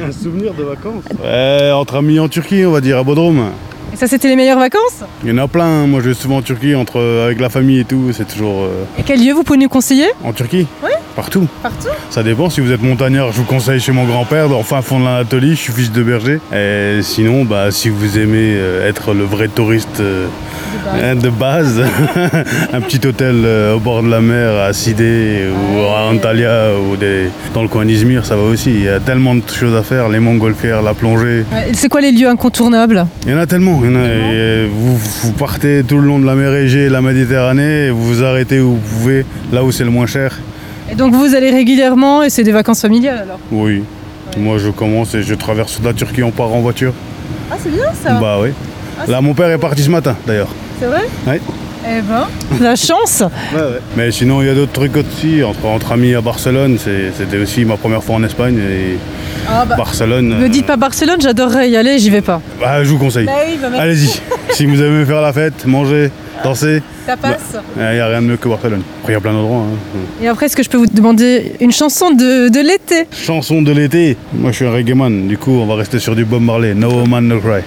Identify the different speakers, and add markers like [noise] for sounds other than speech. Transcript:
Speaker 1: Un souvenir de vacances
Speaker 2: Ouais, entre amis en Turquie, on va dire, à Bodrum.
Speaker 3: Et ça, c'était les meilleures vacances
Speaker 2: Il y en a plein, hein. moi je vais souvent en Turquie, entre, avec la famille et tout, c'est toujours... euh,
Speaker 3: Et quel lieu vous pouvez nous conseiller
Speaker 2: en Turquie
Speaker 3: Oui.
Speaker 2: Partout.
Speaker 3: Partout
Speaker 2: Ça dépend, si vous êtes montagnard, je vous conseille chez mon grand-père, dans le fin fond de l'Anatolie, je suis fils de berger. Et sinon, bah, si vous aimez euh, être le vrai touriste euh, hein, de base, [laughs] un petit hôtel euh, au bord de la mer à Sidé ou à Antalya ou des- dans le coin d'Izmir, ça va aussi. Il y a tellement de choses à faire, les montgolfières, la plongée.
Speaker 3: Ouais, C'est quoi les lieux incontournables
Speaker 2: Il y en a tellement. il y en a- et vous, vous partez tout le long de la mer Égée et la Méditerranée, et vous vous arrêtez où vous pouvez, là où c'est le moins cher.
Speaker 3: Et donc vous allez régulièrement et c'est des vacances familiales alors
Speaker 2: Oui. Moi, je commence et je traverse toute la Turquie, on part en voiture.
Speaker 3: Ah c'est bien ça
Speaker 2: Bah oui. Là, mon père est parti ce matin, d'ailleurs.
Speaker 3: C'est vrai
Speaker 2: Ouais.
Speaker 3: Eh ben, [laughs] la chance
Speaker 2: Mais sinon, il y a d'autres trucs aussi. Entre, entre amis à Barcelone, c'est- c'était aussi ma première fois en Espagne. Et
Speaker 3: Ah bah,
Speaker 2: Barcelone.
Speaker 3: Ne
Speaker 2: euh,
Speaker 3: dites pas Barcelone, j'adorerais y aller, j'y vais pas.
Speaker 2: bah, je vous conseille.
Speaker 3: oui, bah
Speaker 2: Allez-y. si vous aimez faire la fête, manger, danser, il n'y a rien de mieux que Barcelone. Après, il y a plein d'endroits. hein.
Speaker 3: Et après, est-ce que je peux vous demander une chanson de, de l'été
Speaker 2: Chanson de l'été. Moi, je suis un reggae man. Du coup, on va rester sur du Bob Marley. No Man No Cry.